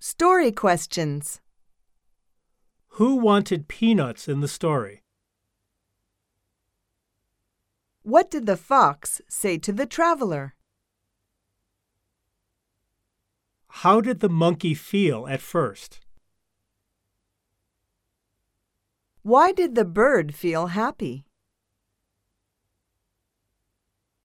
Story questions. Who wanted peanuts in the story? What did the fox say to the traveler? How did the monkey feel at first? Why did the bird feel happy?